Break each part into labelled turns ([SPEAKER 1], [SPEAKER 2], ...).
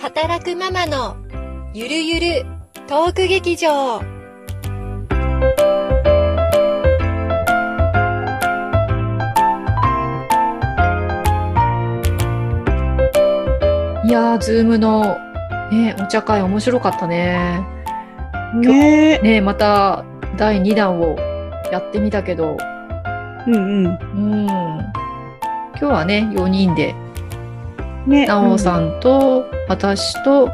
[SPEAKER 1] 働くママのゆるゆるトーク劇場
[SPEAKER 2] いやー、ズームの、ね、お茶会面白かったね。
[SPEAKER 3] ねえ。
[SPEAKER 2] ねまた第2弾をやってみたけど、
[SPEAKER 3] うんう
[SPEAKER 2] う
[SPEAKER 3] ん。
[SPEAKER 2] ん。今日はね、4人で、
[SPEAKER 3] ね
[SPEAKER 2] なおさんと、私と、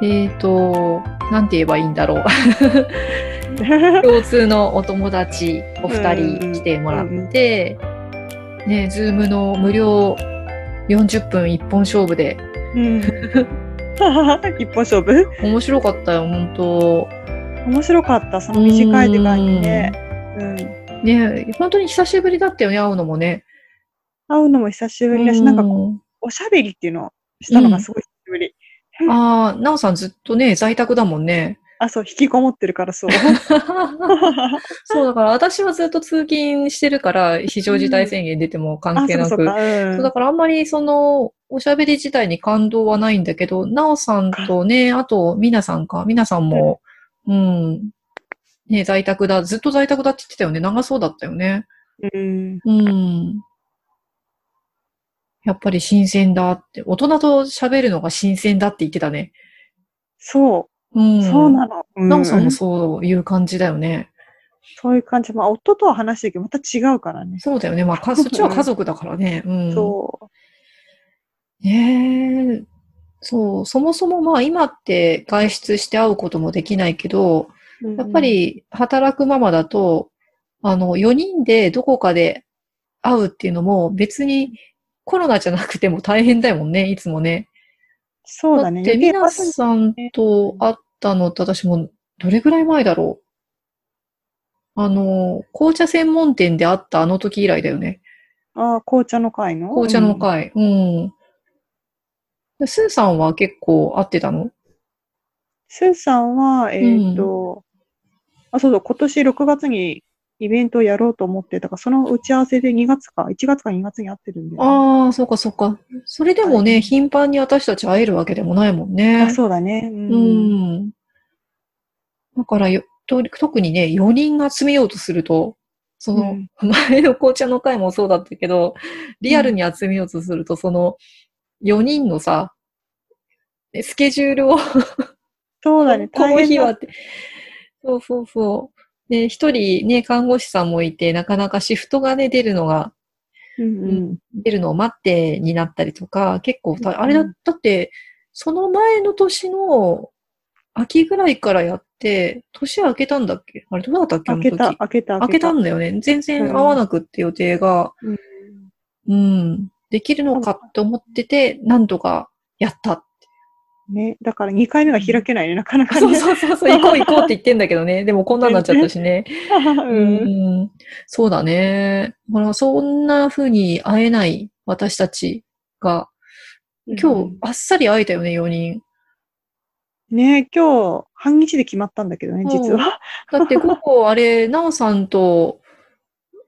[SPEAKER 2] えっ、ー、と、なんて言えばいいんだろう。
[SPEAKER 3] うん。
[SPEAKER 2] 共通のお友達お二人来てもらって、ね、ズームの無料40分一本勝負で、
[SPEAKER 3] うん。 一本勝負
[SPEAKER 2] 面白かったよ、本当
[SPEAKER 3] 面白かった、その短い時間にね。うん。
[SPEAKER 2] ね、本当に久しぶりだったよね、会うのもね。
[SPEAKER 3] 会うのも久しぶりだし、なんかこう、おしゃべりっていうのをしたのがすごい久しぶり。
[SPEAKER 2] うんああ、なおさんずっとね、在宅だもんね。
[SPEAKER 3] あ、そう、引きこもってるからそう。
[SPEAKER 2] そう、だから私はずっと通勤してるから、非常事態宣言出ても 関
[SPEAKER 3] あ、
[SPEAKER 2] 係
[SPEAKER 3] そう
[SPEAKER 2] なく。
[SPEAKER 3] かそうか。う
[SPEAKER 2] そ
[SPEAKER 3] ん
[SPEAKER 2] うだからあんまりその、おしゃべり自体に感動はないんだけど、なおさんとね、あと、みなさんか、みなさんも、うん、ね、在宅だ、ずっと在宅だって言ってたよね、長そうだったよね。
[SPEAKER 3] うん。
[SPEAKER 2] うん。やっぱり新鮮だって、大人と喋るのが新鮮だって言ってたね。
[SPEAKER 3] そうう、
[SPEAKER 2] ん。
[SPEAKER 3] そうなの。う
[SPEAKER 2] なおさんも
[SPEAKER 3] ん、
[SPEAKER 2] そういう感じだよね。
[SPEAKER 3] そういう感じ。まあ、夫とは話してるけど、また違うからね。
[SPEAKER 2] そうだよね。まあ、か そっちは家族だからね。うん。
[SPEAKER 3] そう。
[SPEAKER 2] ねえ、そう、そもそもまあ今って外出して会うこともできないけど、
[SPEAKER 3] うんうん
[SPEAKER 2] やっぱ、り働くママだと、あの、4人でどこかで会うっていうのも別にコロナじゃなくても大変だもんね、いつもね。
[SPEAKER 3] そうだね。
[SPEAKER 2] って、
[SPEAKER 3] 余
[SPEAKER 2] み
[SPEAKER 3] 計
[SPEAKER 2] なさんと会ったのって私もどれぐらい前だろう。あの、紅茶専門店で会ったあの時以来だよね。
[SPEAKER 3] あ、紅茶の会の
[SPEAKER 2] 紅茶の会。うん。でスーさんは結構会ってたの
[SPEAKER 3] スーさんは、えっ、と、あ、そうそう、今年6月にイベントをやろうと思ってたから、その打ち合わせで2月か、1月か2月に会ってるんで、
[SPEAKER 2] ああ、そうかそうか。それでもね、
[SPEAKER 3] はい
[SPEAKER 2] 頻繁に私たち会えるわけでもないもんね。
[SPEAKER 3] あそうだね。う
[SPEAKER 2] う。ん。だからよ、と特にね、4人が集めようとすると、その、
[SPEAKER 3] うん
[SPEAKER 2] 前の紅茶の会もそうだったけど、リアルに集めようとすると、その、4人のさ、スケジュールを
[SPEAKER 3] そう だね。
[SPEAKER 2] こ
[SPEAKER 3] 大
[SPEAKER 2] の
[SPEAKER 3] 変
[SPEAKER 2] 日
[SPEAKER 3] だ
[SPEAKER 2] はって。そうそうそう。で、一人ね、看護師さんもいて、なかなかシフトがね、出るのが、
[SPEAKER 3] うんうん。
[SPEAKER 2] 出るのを待ってになったりとか、結構大、あれだ、
[SPEAKER 3] うん
[SPEAKER 2] だって、その前の年の秋ぐらいからやって、年明けたんだっけあれどうだったっけあの
[SPEAKER 3] 開け
[SPEAKER 2] 時
[SPEAKER 3] た、開けた、
[SPEAKER 2] 明けたんだよね。全然合わなくって予定が、
[SPEAKER 3] うん
[SPEAKER 2] うん、できるのかって思ってて、なんとかやった
[SPEAKER 3] ね。だから2回目が開けないね、なかなか
[SPEAKER 2] そう
[SPEAKER 3] ね。
[SPEAKER 2] そうそうそう、 行こう行こうって言ってんだけどね。でもこんなんなっちゃったしね。
[SPEAKER 3] う。
[SPEAKER 2] うんん。そうだね。ほら、そんな風に会えない私たちが、今日あっさり会えたよね、4人。
[SPEAKER 3] 日。ね、今日、半日で決まったんだけどね、実は。
[SPEAKER 2] だって午後、あ れ、なおさんと、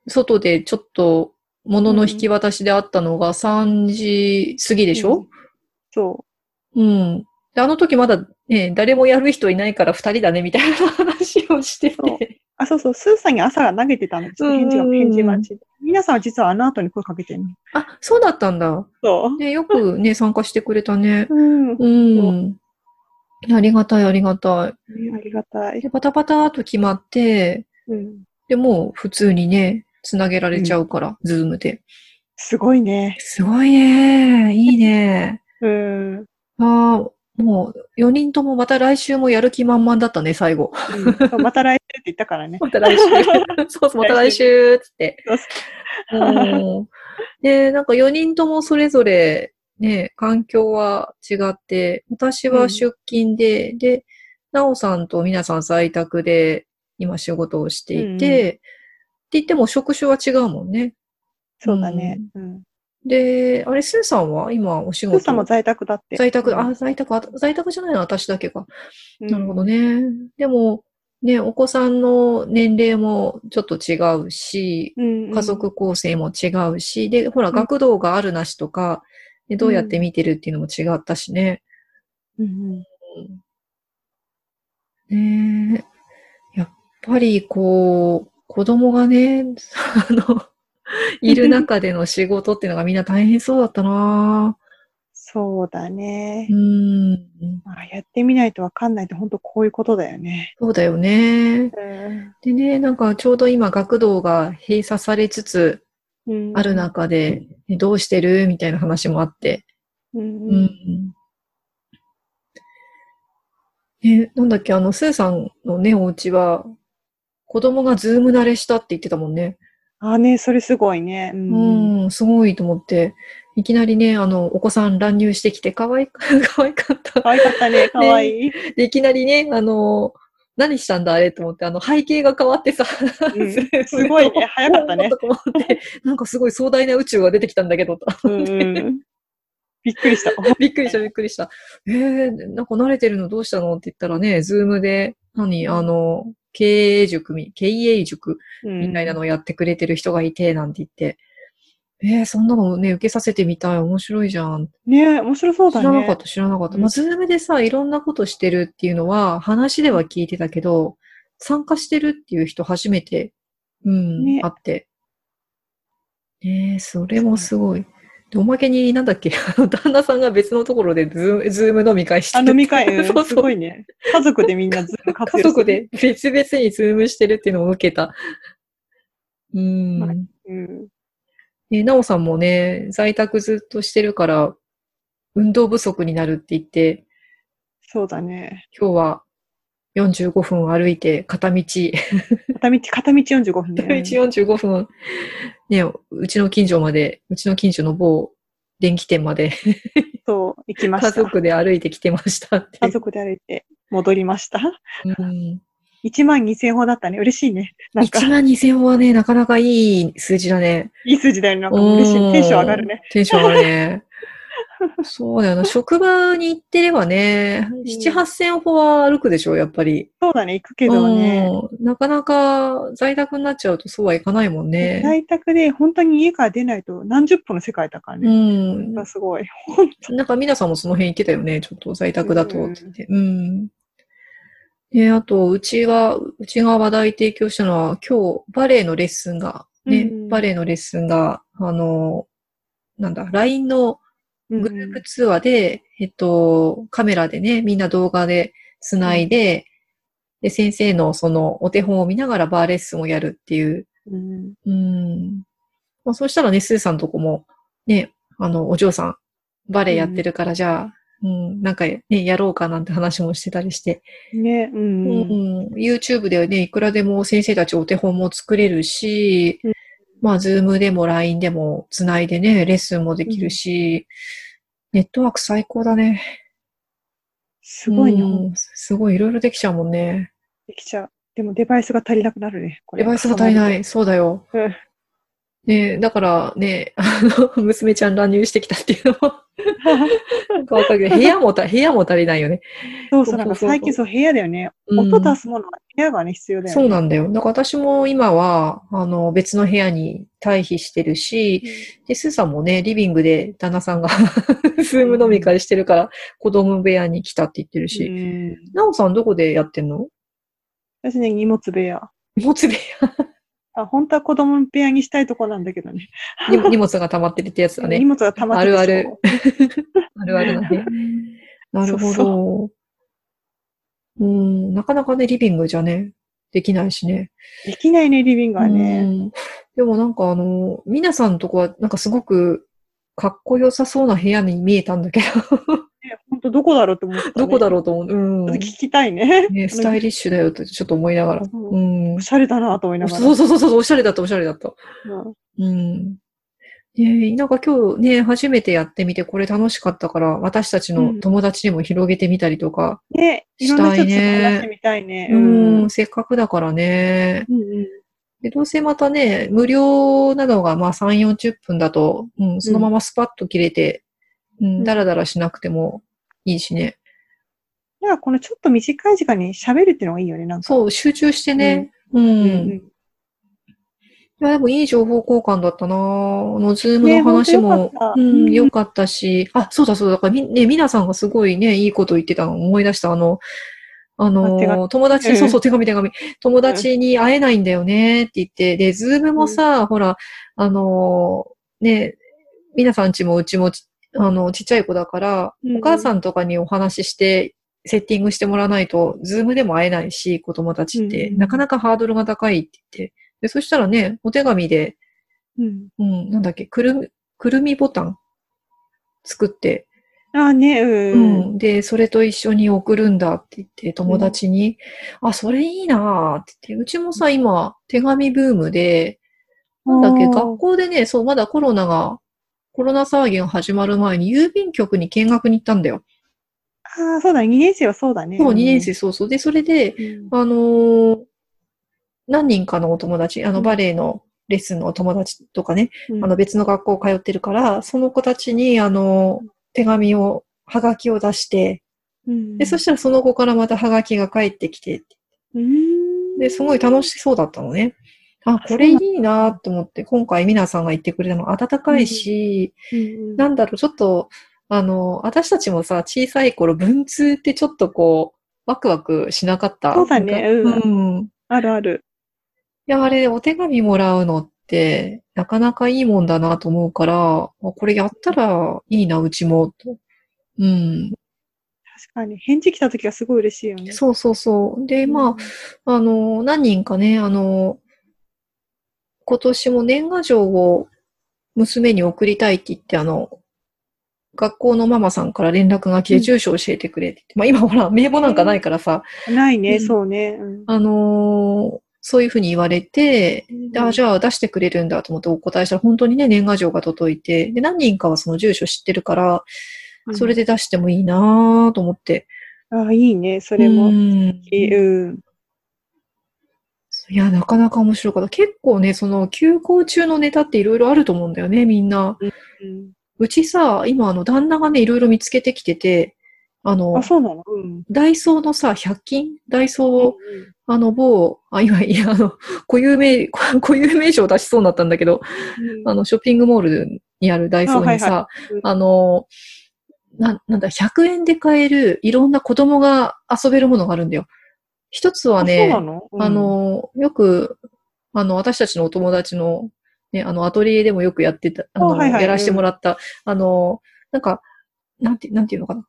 [SPEAKER 2] 外でちょっと、物の引き渡しで会ったのが3時過ぎでしょ、
[SPEAKER 3] そ
[SPEAKER 2] うん。で、あの時まだね、誰もやる人いないから2人だね、みたいな話をして
[SPEAKER 3] そう
[SPEAKER 2] て。
[SPEAKER 3] う。あ、そうそう、スーさんに朝投げてたんですよ。返事が、
[SPEAKER 2] うんうんうん
[SPEAKER 3] 返事待ちで。皆さんは実はあの後に声かけてるの。
[SPEAKER 2] あ、そうだったんだ。
[SPEAKER 3] そう。
[SPEAKER 2] ね、よくね、参加してくれたね。
[SPEAKER 3] うん。
[SPEAKER 2] うん。ありがたい、ありがた
[SPEAKER 3] ねありがた
[SPEAKER 2] い。
[SPEAKER 3] い。
[SPEAKER 2] で、パタパタっと決まって、
[SPEAKER 3] うん、
[SPEAKER 2] で、もう普通にね、つなげられちゃうから、ズームで。
[SPEAKER 3] すごいね。
[SPEAKER 2] すごいね。いいね。
[SPEAKER 3] うん。うん
[SPEAKER 2] ああ、もう4人ともまた来週もやる気満々だったね、最後。
[SPEAKER 3] そうまた来週って言ったからね。
[SPEAKER 2] また来週。 そうそう、また来週、つって。
[SPEAKER 3] そうそ
[SPEAKER 2] うんで、なんか4人ともそれぞれ、ね、環境は違って、私は出勤で、で、なおさんとみなさん在宅で今仕事をしていて、
[SPEAKER 3] うんうん
[SPEAKER 2] って言っても職種は違うもんね。
[SPEAKER 3] そうだね。うん。
[SPEAKER 2] で、あれ、スーさんは今お仕
[SPEAKER 3] ふう
[SPEAKER 2] 事
[SPEAKER 3] さんも在宅だって。
[SPEAKER 2] 在宅、あ、在宅、あ在宅じゃないの私だけか。
[SPEAKER 3] うん、
[SPEAKER 2] なるほどね。でも、ね、お子さんの年齢もちょっと違うし、
[SPEAKER 3] うん。うん。
[SPEAKER 2] 家族構成も違うし、で、ほら、学童があるなしとか、でどうやって見てるっていうのも違ったしね。
[SPEAKER 3] うん
[SPEAKER 2] ねえ。やっぱり、こう、子供がね、 あの、いる中での仕事っていうのがみんな大変そうだったな
[SPEAKER 3] そうだね
[SPEAKER 2] う。ん。
[SPEAKER 3] まあ、やってみないとわかんないって本当こういうことだよね。
[SPEAKER 2] そうだよね。でね、なんかちょうど今学童が閉鎖されつつ
[SPEAKER 3] うん
[SPEAKER 2] ある。中で、ねどうしてるみたいな話もあって。
[SPEAKER 3] うん
[SPEAKER 2] う
[SPEAKER 3] うん。
[SPEAKER 2] ん。え、なんだっけ、あの、スーさんのね、お家は、子供がズーム慣れしたって言ってたもんね。
[SPEAKER 3] ああね、それすごいね。うん。
[SPEAKER 2] うん、すごいと思って、いきなりね、あの、お子さん乱入してきて、かわい か、かわいかった。
[SPEAKER 3] 可愛かったね、可愛 い。
[SPEAKER 2] で、いきなりね、あの、何したんだあれと思って、あの、背景が変わってさ、
[SPEAKER 3] うんすごいね、早かった ね
[SPEAKER 2] と。か思って、なんかすごい壮大な宇宙が出てきたんだけど、と
[SPEAKER 3] う んうん。びっくりした。
[SPEAKER 2] びっくりした、びっくりした。えー、なんか慣れてるのどうしたのって言ったらね、ズームで、何、あの、経営塾み、経営塾 みたいなのをやってくれてる人がいて、なんて言って。えー、そんなのね、受けさせてみたい。面白いじゃん。
[SPEAKER 3] ね面白そう
[SPEAKER 2] 知
[SPEAKER 3] だ
[SPEAKER 2] らなかっ
[SPEAKER 3] ね。
[SPEAKER 2] た、知らなかった。
[SPEAKER 3] うん
[SPEAKER 2] まあ、ズームでさ、いろんなことしてるっていうのは、話では聞いてたけど、参加してるっていう人初めて、うん、
[SPEAKER 3] ね
[SPEAKER 2] あって。ねえ、それもすごい。で、おまけになんだっけ、 あの旦那さんが別のところでズームズーム飲み会して
[SPEAKER 3] あ、
[SPEAKER 2] る
[SPEAKER 3] 飲み会、う ん
[SPEAKER 2] そう
[SPEAKER 3] す
[SPEAKER 2] そう。
[SPEAKER 3] ごいね。家族でみんなずっと活
[SPEAKER 2] 家
[SPEAKER 3] 用する
[SPEAKER 2] 族。で別々にズームしてるっていうのを受けた。うん。
[SPEAKER 3] はいうん。
[SPEAKER 2] ね、なおさんもね、在宅ずっとしてるから、運動不足になるって言って、
[SPEAKER 3] そうだね。
[SPEAKER 2] 今日は45分歩いて片 道、片
[SPEAKER 3] 片道、片道45分
[SPEAKER 2] 道
[SPEAKER 3] ね。
[SPEAKER 2] 45分、ね、うちの近所まで、うちの近所の某電気店まで
[SPEAKER 3] そう、行きま
[SPEAKER 2] 家
[SPEAKER 3] した。
[SPEAKER 2] 族で歩いてきてましたって。
[SPEAKER 3] 家族で歩いて戻りました。
[SPEAKER 2] うん、
[SPEAKER 3] 1万2000歩だったね。嬉しいね。なんか、
[SPEAKER 2] 1
[SPEAKER 3] い
[SPEAKER 2] 万2000歩はね、なかなかいい数字だね。
[SPEAKER 3] い数字だよね。なんか嬉しい。
[SPEAKER 2] うん
[SPEAKER 3] テンション上がるね。。
[SPEAKER 2] テンション上がる ね。そうだよな。職場に行ってればね、7、8000歩は歩くでしょ、やっぱり。
[SPEAKER 3] そうだね。行くけどね。
[SPEAKER 2] うんなかなか在宅になっちゃうとそうはいかないもんね。
[SPEAKER 3] 在宅で本当に家から出ないと何十歩の世界だから
[SPEAKER 2] う
[SPEAKER 3] ね。
[SPEAKER 2] ん。
[SPEAKER 3] すごい。本
[SPEAKER 2] なんか皆さんもその辺行ってたよね、ちょっと在宅だとって言って。うん。で、あと、うちは、うちが話題提供したのは、今日、バレエのレッスンが、ね、
[SPEAKER 3] うん
[SPEAKER 2] バレエのレッスンが、あの、なんだ、LINE の
[SPEAKER 3] 当
[SPEAKER 2] グループ通話で、えっと、カメラでね、みんな動画で繋いで、で、先生のそのお手本を見ながらバーレッスンをやるっていう
[SPEAKER 3] うん
[SPEAKER 2] うん。まあ、そうしたらね、スーさんとこも、ね、あの、お嬢さん、バレエやってるから、じゃあ、うん、なんかね、やろうかなんて話もしてたりして。
[SPEAKER 3] ね、う。
[SPEAKER 2] うんん、YouTube ではね、いくらでも先生たちお手本も作れるし、
[SPEAKER 3] うん
[SPEAKER 2] まあ、Zoom でも LINE でもつないでね、レッスンもできるし、ネットワーク最高だね。
[SPEAKER 3] すごいね。
[SPEAKER 2] う
[SPEAKER 3] ほんと
[SPEAKER 2] んすごい、いろいろできちゃうもんね。
[SPEAKER 3] できちゃう。でもデバイスが足りなくなるね。これ
[SPEAKER 2] デバイスが足りな。
[SPEAKER 3] 重
[SPEAKER 2] い。そうだよ。
[SPEAKER 3] なる
[SPEAKER 2] ねだからね、あの、 娘ちゃん乱入してきたって いうのも、なんかわかるけど、部屋もた、部屋も足りないよね。
[SPEAKER 3] とうんそうそう、なんか最近そう部屋だよね。
[SPEAKER 2] うん
[SPEAKER 3] 音出すものは部屋がね、必要だよね。
[SPEAKER 2] そうなんだよ。だから私も今は、あの、別の部屋に退避してるし、で、スーさんもね、リビングで旦那さんが、 ズーム飲み会してるから、子供部屋に来たって言ってる
[SPEAKER 3] う
[SPEAKER 2] し、
[SPEAKER 3] ん。
[SPEAKER 2] なおさんどこでやってん の
[SPEAKER 3] 私ね、荷物部屋。
[SPEAKER 2] 荷物部
[SPEAKER 3] あ、本当は子供の部屋にしたいとこなんだけどね。
[SPEAKER 2] 屋に荷物が溜まってるってやつだね。
[SPEAKER 3] 荷物が溜まって
[SPEAKER 2] あるあ
[SPEAKER 3] て
[SPEAKER 2] る
[SPEAKER 3] そう
[SPEAKER 2] あるあるだね。 なるほ
[SPEAKER 3] そう
[SPEAKER 2] ど。うん、なかなかね、リビングじゃね、できないしね。
[SPEAKER 3] できないね、リビングは
[SPEAKER 2] う
[SPEAKER 3] ね。
[SPEAKER 2] んでもなんかあの、みなさんのとこはなんかすごくかっこよさそうな部屋に見えたんだけど、
[SPEAKER 3] 本当どこだろうって思ってたね。
[SPEAKER 2] どこだろうと思う。うん
[SPEAKER 3] ちょっと聞きたいね。
[SPEAKER 2] ね、 スタイリッシュだよとちょっと思いながら。
[SPEAKER 3] そう
[SPEAKER 2] うん
[SPEAKER 3] お。しゃれだなと思いながら。
[SPEAKER 2] そうそうそうそう、おしゃれだった、おしゃれだった。
[SPEAKER 3] うん
[SPEAKER 2] うん。ねなんか今日ね、初めてやってみてこれ楽しかったから、私たちの友達にも広げてみたりとか、
[SPEAKER 3] ね、いろんな人と
[SPEAKER 2] したいね
[SPEAKER 3] 話してみたいね。
[SPEAKER 2] うん、
[SPEAKER 3] うん
[SPEAKER 2] せっかくだからね。
[SPEAKER 3] うん
[SPEAKER 2] で、どうせまたね、無料なのがまあ3、40分だと、うん、そのままスパッと切れて、うん、
[SPEAKER 3] うん
[SPEAKER 2] だらだらしなくてもいいしね。
[SPEAKER 3] なんかこのちょっと短い時間に喋るっていうのがいいよね、なんか。
[SPEAKER 2] そう、集中してね、うん、
[SPEAKER 3] うんうん
[SPEAKER 2] いや、でもいい情報交換だったなあの、ズーム
[SPEAKER 3] ね
[SPEAKER 2] の話
[SPEAKER 3] ほん
[SPEAKER 2] も
[SPEAKER 3] とよかっ、た
[SPEAKER 2] うん、良かったし、あ、そうだそうだ、だからみ、ね、みなさんがすごいね、いいこと言ってたのを思い出した、あの、あ
[SPEAKER 3] あ手
[SPEAKER 2] の、
[SPEAKER 3] 紙
[SPEAKER 2] 友達、
[SPEAKER 3] うん
[SPEAKER 2] そうそう、手紙手紙、友達に会えないんだよねって言って、で、ズームもさ、ほら、あの、ね、みなさんちもうちもち、あの、ちっちゃい子だから、
[SPEAKER 3] うん
[SPEAKER 2] お母さんとかにお話しして、セッティングしてもらわないと、ズームでも会えないし、子供たちって、
[SPEAKER 3] うん
[SPEAKER 2] なかなかハードルが高いって言って、で、そしたらね、お手紙で、
[SPEAKER 3] うん。
[SPEAKER 2] うん、なんだっけ、くるみ、くるみボタン作って、
[SPEAKER 3] あーね、
[SPEAKER 2] う
[SPEAKER 3] うん。
[SPEAKER 2] ん、で、それと一緒に送るんだって言って、友達に、あ、それいいなーって言って、うちもさ、今、手紙ブームで、なんだっけ、
[SPEAKER 3] あー
[SPEAKER 2] 学校でね、そう、まだコロナが、コロナ騒ぎが始まる前に郵便局に見学に行ったんだよ。
[SPEAKER 3] ああ、そうだね、2年生はそうだね。
[SPEAKER 2] そう、2年生、そうそう。で、それで、
[SPEAKER 3] うん。
[SPEAKER 2] あのー何人かのお友達、あ
[SPEAKER 3] う
[SPEAKER 2] の、
[SPEAKER 3] ん
[SPEAKER 2] バレエのレッスンのお友達とかね、
[SPEAKER 3] うん
[SPEAKER 2] あの別の学校通ってるから、その子たちに、あの、手紙を、はがきを出して、
[SPEAKER 3] うん
[SPEAKER 2] で、そしたらその子からまたはがきが返ってきて、
[SPEAKER 3] うん
[SPEAKER 2] で、すごい楽しそうだったのね。あ、これいいなと思って、今回ミナさんが言ってくれたの暖かいし、
[SPEAKER 3] うん
[SPEAKER 2] なんだろう、ちょっと、あの、私たちもさ、小さい頃、文通ってちょっとこう、ワクワクしなかった。
[SPEAKER 3] そうだね
[SPEAKER 2] な
[SPEAKER 3] うん
[SPEAKER 2] かうん。
[SPEAKER 3] あるある。
[SPEAKER 2] いや、あれ、お手紙もらうのって、なかなかいいもんだなと思うから、あこれやったらいいな、うちも、と。うん。
[SPEAKER 3] 確かに。返事来た時がすごい嬉しいよね。
[SPEAKER 2] そうそうそう。で、
[SPEAKER 3] うん
[SPEAKER 2] まあ、あの、何人かね、あの、今年も年賀状を娘に送りたいって言って、あの、学校のママさんから連絡が来て、
[SPEAKER 3] うん
[SPEAKER 2] 住所教えてくれって言って、まあ今ほら、名簿なんかないからさ、
[SPEAKER 3] ない
[SPEAKER 2] う
[SPEAKER 3] ね、
[SPEAKER 2] ん
[SPEAKER 3] そうね。うん
[SPEAKER 2] あのーそういうふうに言われて、で
[SPEAKER 3] う
[SPEAKER 2] あ、
[SPEAKER 3] ん
[SPEAKER 2] じゃあ出してくれるんだと思ってお答えしたら、本当にね、年賀状が届いて、で、何人かはその住所知ってるから、それで出してもいいなぁと思って。
[SPEAKER 3] ああ、いいね、それ
[SPEAKER 2] う
[SPEAKER 3] も。
[SPEAKER 2] ん
[SPEAKER 3] うん。
[SPEAKER 2] いや、なかなか面白かった。結構ね、その休校中のネタっていろいろあると思うんだよね、みんな。
[SPEAKER 3] うん
[SPEAKER 2] うちさ、今、あの、旦那がね、いろいろ見つけてきてて、あの
[SPEAKER 3] あ、、そうなのうん。
[SPEAKER 2] ダイソーのさ、100均ダイソー、あの、某、あ、今、いや、あの、固有名、 固有名称出しそうになったんだけど、
[SPEAKER 3] うん
[SPEAKER 2] あの、ショッピングモールにあるダイソーに
[SPEAKER 3] あ
[SPEAKER 2] さ、
[SPEAKER 3] いはい
[SPEAKER 2] あの、な、なんだ、100円で買える、いろんな子供が遊べるものがあるんだよ。一つは
[SPEAKER 3] あそう
[SPEAKER 2] ね、
[SPEAKER 3] な
[SPEAKER 2] あ
[SPEAKER 3] のうん
[SPEAKER 2] の、よく、あの、私たちのお友達の、ね、あの、アトリエでもよくやってた、あの、
[SPEAKER 3] あはいはい
[SPEAKER 2] やらせてもらった、あの、なんか、なんて、なんていうのかな。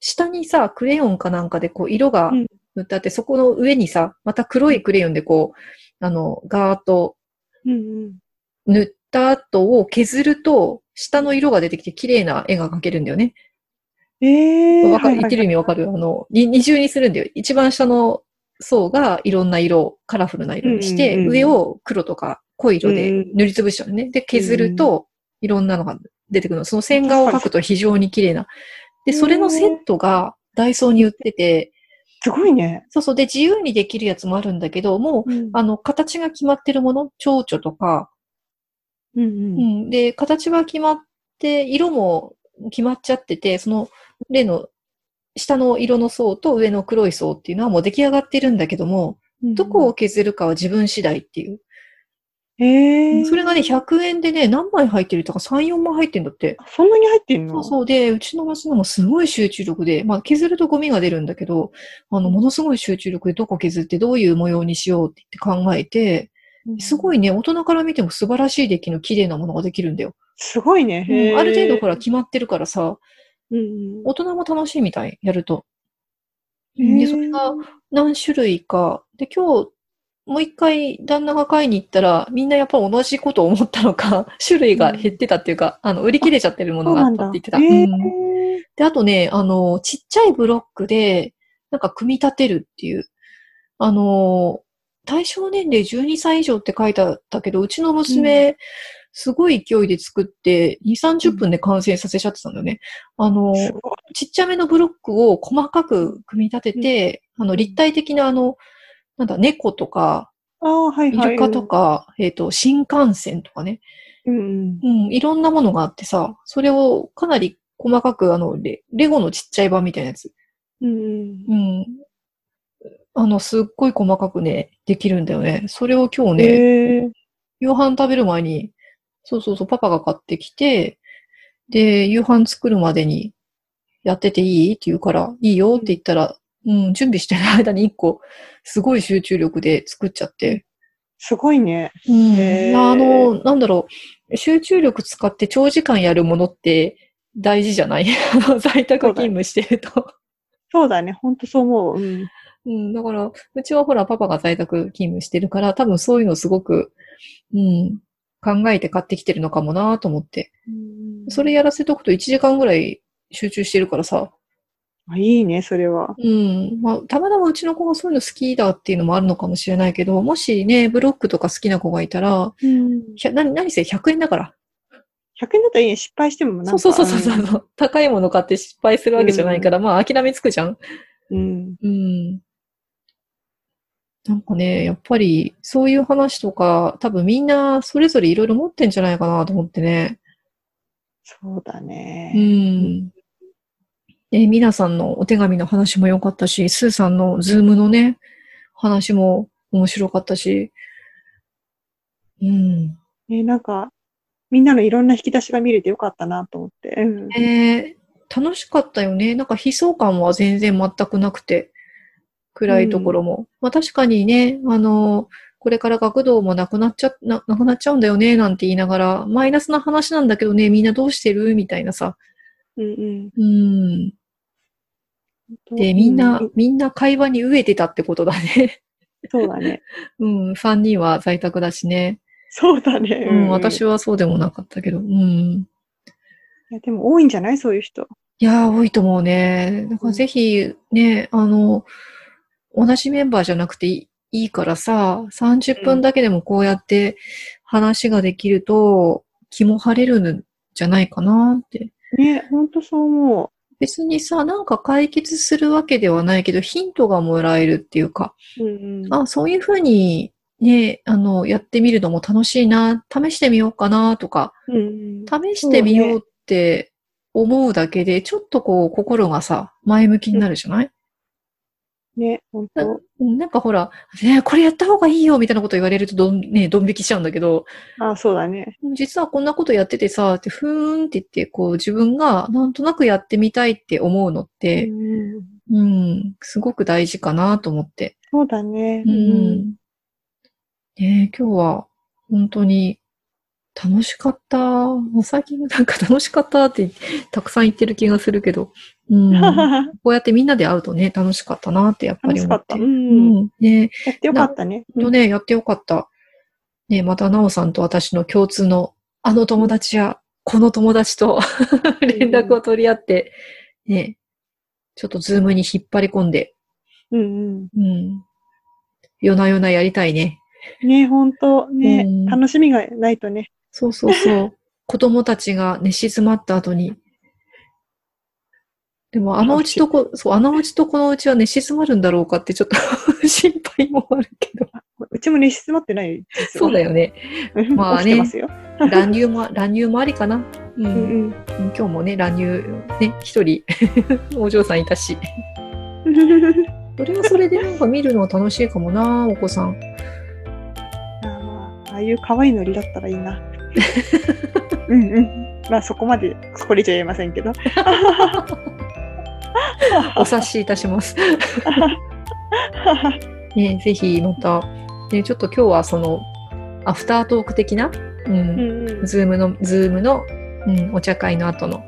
[SPEAKER 2] 下にさ、クレヨンかなんかでこう、色が
[SPEAKER 3] うん
[SPEAKER 2] 塗ってあって、そこの上にさ、また黒いクレヨンでこう、あの、ガーッと
[SPEAKER 3] うんうん。
[SPEAKER 2] 塗った後を削ると、下の色が出てきて綺麗な絵が描けるんだよね。
[SPEAKER 3] ええ
[SPEAKER 2] わかる、
[SPEAKER 3] はいはい
[SPEAKER 2] 言ってる意味わかるあの、に二重にするんだよ。一番下の層がいろんな色、カラフルな色にして、
[SPEAKER 3] うんうんうん
[SPEAKER 2] 上を黒とか濃い色で塗りつぶしちゃうのね。で、削ると、いろんなのが出てくるの。その線画を描くと非常に綺麗な。で、それのセットがダイソーに売ってて、
[SPEAKER 3] すごいね。
[SPEAKER 2] そうそう。で、自由にできるやつもあるんだけど、もう、
[SPEAKER 3] うん
[SPEAKER 2] あの、形が決まってるもの、蝶々とか、
[SPEAKER 3] うん
[SPEAKER 2] う
[SPEAKER 3] うん。
[SPEAKER 2] ん、で、形は決まって、色も決まっちゃってて、その例の下の色の層と上の黒い層っていうのはもう出来上がってるんだけども、
[SPEAKER 3] うん
[SPEAKER 2] どこを削るかは自分次第っていう。
[SPEAKER 3] ええ
[SPEAKER 2] それがね、100円でね、何枚入ってるとか3、4枚入ってるんだって。
[SPEAKER 3] あそんなに入ってん
[SPEAKER 2] そ
[SPEAKER 3] の
[SPEAKER 2] うそうで、うちの娘もすごい集中力で、まあ削るとゴミが出るんだけど、あの、ものすごい集中力でどこ削ってどういう模様にしようって言って考えて、
[SPEAKER 3] うん
[SPEAKER 2] すごいね、大人から見ても素晴らしい出来の綺麗なものができるんだよ。
[SPEAKER 3] すごいね。
[SPEAKER 2] うん
[SPEAKER 3] へー
[SPEAKER 2] ある程度ほら、決まってるからさ、
[SPEAKER 3] うんうん。
[SPEAKER 2] 大人も楽しいみたい、やると。
[SPEAKER 3] へー
[SPEAKER 2] で、それが何種類か。で、今日、もう一回旦那が買いに行ったら、みんなやっぱ同じこと思ったのか、 種類が減ってたっていうか、あの、売り切れちゃってるも
[SPEAKER 3] そ
[SPEAKER 2] の
[SPEAKER 3] う
[SPEAKER 2] があ
[SPEAKER 3] な
[SPEAKER 2] っ
[SPEAKER 3] ん
[SPEAKER 2] たっ
[SPEAKER 3] だ
[SPEAKER 2] て言ってた。。
[SPEAKER 3] ええ
[SPEAKER 2] うんで、あとね、あの、ちっちゃいブロックで、なんか組み立てるっていう。あの、対象年齢12歳以上って書いてあったけど、うちの娘、すごい勢いで作って、2、30分で完成させちゃってたんだよね。あの、
[SPEAKER 3] すごい。
[SPEAKER 2] ちっちゃめのブロックを細かく組み立てて、あの、立体的なあの、なんだ、猫とか、
[SPEAKER 3] ああ、はい
[SPEAKER 2] イ
[SPEAKER 3] はい。
[SPEAKER 2] ルカとか、えっ、と、新幹線とかね。
[SPEAKER 3] うん。うん
[SPEAKER 2] うん、いろんなものがあってさ、それをかなり細かく、あの、レレゴのちっちゃい版みたいなやつ。
[SPEAKER 3] うん。うん
[SPEAKER 2] う。ん。あの、すっごい細かくね、できるんだよね。それを今日ね、
[SPEAKER 3] ええ
[SPEAKER 2] 夕飯食べる前に、そうそうそう、パパが買ってきて、で、夕飯作るまでにやってていいって言うから、いいよって言ったら、うん、準備してる間に一個、すごい集中力で作っちゃって。
[SPEAKER 3] すごいね。
[SPEAKER 2] うん
[SPEAKER 3] へー
[SPEAKER 2] あの、なんだろう、集中力使って長時間やるものって大事じゃない あの在宅勤務してると。
[SPEAKER 3] そうだね。ほんとそう思う。うん。
[SPEAKER 2] うん、だから、うちはほら、パパが在宅勤務してるから、多分そういうのすごく、うん、考えて買ってきてるのかもなと思って。それやらせとくと1時間ぐらい集中してるからさ。
[SPEAKER 3] あいいね、それは。
[SPEAKER 2] うん。まあ、たまたまうちの子がそういうの好きだっていうのもあるのかもしれないけど、もしね、ブロックとか好きな子がいたら、
[SPEAKER 3] うん。
[SPEAKER 2] ひゃ何、何せ100円だから。
[SPEAKER 3] 100円だったらいいね。失敗してもなん
[SPEAKER 2] そうそ
[SPEAKER 3] か。
[SPEAKER 2] うそうそうそう。高いもの買って失敗するわけじゃないから、まあ諦めつくじゃん。
[SPEAKER 3] うん。
[SPEAKER 2] うん。なんかね、やっぱりそういう話とか、多分みんなそれぞれいろいろ持ってんじゃないかなと思ってね。
[SPEAKER 3] そうだね
[SPEAKER 2] う。ん。で、ミナさんのお手紙の話も良かったし、スーさんのズームのね、話も面白かったし。うん。
[SPEAKER 3] ね、なんか、みんなのいろんな引き出しが見れてよかったなと思って。うん。
[SPEAKER 2] えー楽しかったよね。なんか悲壮感は全然全くなくて、暗いところも。まあ確かにね、あの、これから学童もなくなっちゃ、な、なくなっちゃうんだよね、なんて言いながら、マイナスな話なんだけどね、みんなどうしてるみたいなさ。
[SPEAKER 3] うん
[SPEAKER 2] うん。
[SPEAKER 3] うん。
[SPEAKER 2] で、みんな
[SPEAKER 3] う、
[SPEAKER 2] みんな会話に飢えてたってことだね。
[SPEAKER 3] そうだね。
[SPEAKER 2] うん、3人は在宅だしね。
[SPEAKER 3] そうだね。
[SPEAKER 2] うん、私はそうでもなかったけど。うん。
[SPEAKER 3] いや、でも多いんじゃないそういう人。
[SPEAKER 2] いやー、多いと思うね。だからぜひ、ね、あの、同じメンバーじゃなくていいいいからさ、30分だけでもこうやって話ができると、気も晴れるんじゃないかなって。
[SPEAKER 3] ね、ほんとそう思
[SPEAKER 2] 別にさ、なんか解決するわけではないけど、ヒントがもらえるっていうか、
[SPEAKER 3] う。うんうん。
[SPEAKER 2] あ、そういうふうに、ね、あの、やってみるのも楽しいな、試してみようかなとか、
[SPEAKER 3] うんうん。
[SPEAKER 2] 試してみようって思うだけで、ちょっとこう、心がさ、前向きになるじゃない、
[SPEAKER 3] ね、ほんと。
[SPEAKER 2] うんなんかほら、ね、これやった方がいいよみたいなこと言われるとどん、ね、ドン引きしちゃうんだけど、
[SPEAKER 3] あ、そうだね。
[SPEAKER 2] 実はこんなことやっててさ、ってふーんって言って、こう自分がなんとなくやってみたいって思うのっ
[SPEAKER 3] う
[SPEAKER 2] て、
[SPEAKER 3] んうん。
[SPEAKER 2] うん、すごく大事かなと思って。
[SPEAKER 3] そうだね。
[SPEAKER 2] う。ん。ね今日は本当に楽しかった。もう最近なんか楽しかったってたくさん言ってる気がするけど、うん、 こうやってみんなで会うとね、楽しかったなってやっぱ
[SPEAKER 3] 楽
[SPEAKER 2] り
[SPEAKER 3] しか
[SPEAKER 2] 思
[SPEAKER 3] っ。
[SPEAKER 2] ったて。
[SPEAKER 3] う。
[SPEAKER 2] うんん。ね
[SPEAKER 3] やってよかったね。
[SPEAKER 2] とね、やってよかった。ね、また、なおさんと私の共通の、あの友達や、この友達と連絡を取り合って、ね、ちょっとズームに引っ張り込んで、
[SPEAKER 3] うんうん
[SPEAKER 2] うん。夜な夜なやりたいね。
[SPEAKER 3] うん。ね、ほんと。ね
[SPEAKER 2] うん、
[SPEAKER 3] 楽しみがないとね。
[SPEAKER 2] そうそう そう。子供たちが寝静まった後に。でも、あのうちとこ、そう、あのうちとこのうちは寝静まるんだろうかってちょっと 心配もあるけど。
[SPEAKER 3] うちも寝静まってない。実は
[SPEAKER 2] そうだ。よね。
[SPEAKER 3] うん
[SPEAKER 2] まあね
[SPEAKER 3] 起きてますよ。
[SPEAKER 2] 乱入も、乱入もありかな。う
[SPEAKER 3] うん
[SPEAKER 2] ん今日もね、乱入、ね、一人、 お嬢さんいたし。
[SPEAKER 3] うん。
[SPEAKER 2] それはそれでなんか見るのは楽しいかもな、お子さん。
[SPEAKER 3] あーああいう可愛いノリだったらい いな。うんうん。まあそこまで、これじゃ言えませんけど。
[SPEAKER 2] お察しいたし ます。ね、ぜひまた、ね、ちょっと今日はその、アフタートーク的な、う
[SPEAKER 3] うん
[SPEAKER 2] ん、
[SPEAKER 3] うん。
[SPEAKER 2] ズームの、ズームの、うん、お茶会の後の。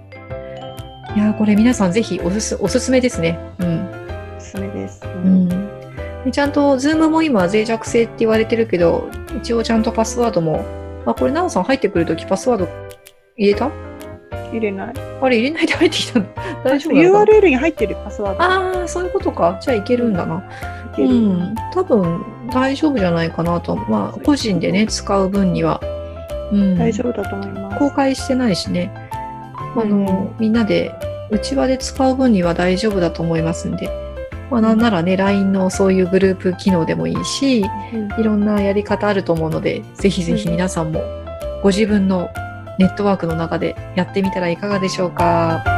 [SPEAKER 2] いやー、これ皆さんぜひおすす、おすすめですね。うん。
[SPEAKER 3] おすすめです。う
[SPEAKER 2] う。ん、でちゃんと Zoom も今脆弱性って言われてるけど一応ちゃんとパスワードもあこれ奈緒さん入ってくるときパスワード入れた
[SPEAKER 3] 入れない。
[SPEAKER 2] あれ入れないで入ってきたの 大丈夫なのかな
[SPEAKER 3] URL に入ってるパスワード
[SPEAKER 2] ああそういうことかじゃあいけるんだな
[SPEAKER 3] だ
[SPEAKER 2] う
[SPEAKER 3] けど。
[SPEAKER 2] ん多分大丈夫じゃないかなとまあ個人でね使う分には、うん、
[SPEAKER 3] 大丈夫だと思います。
[SPEAKER 2] 公開してないしねあ
[SPEAKER 3] うんう
[SPEAKER 2] のみんなで内輪で使う分には大丈夫だと思いますんで、まあ、なんならね LINE のそういうグループ機能でもいいし
[SPEAKER 3] うん
[SPEAKER 2] いろんなやり方あると思うので、ぜひぜひ皆さんもご自分のネットワークの中でやってみたらいかがでしょうか。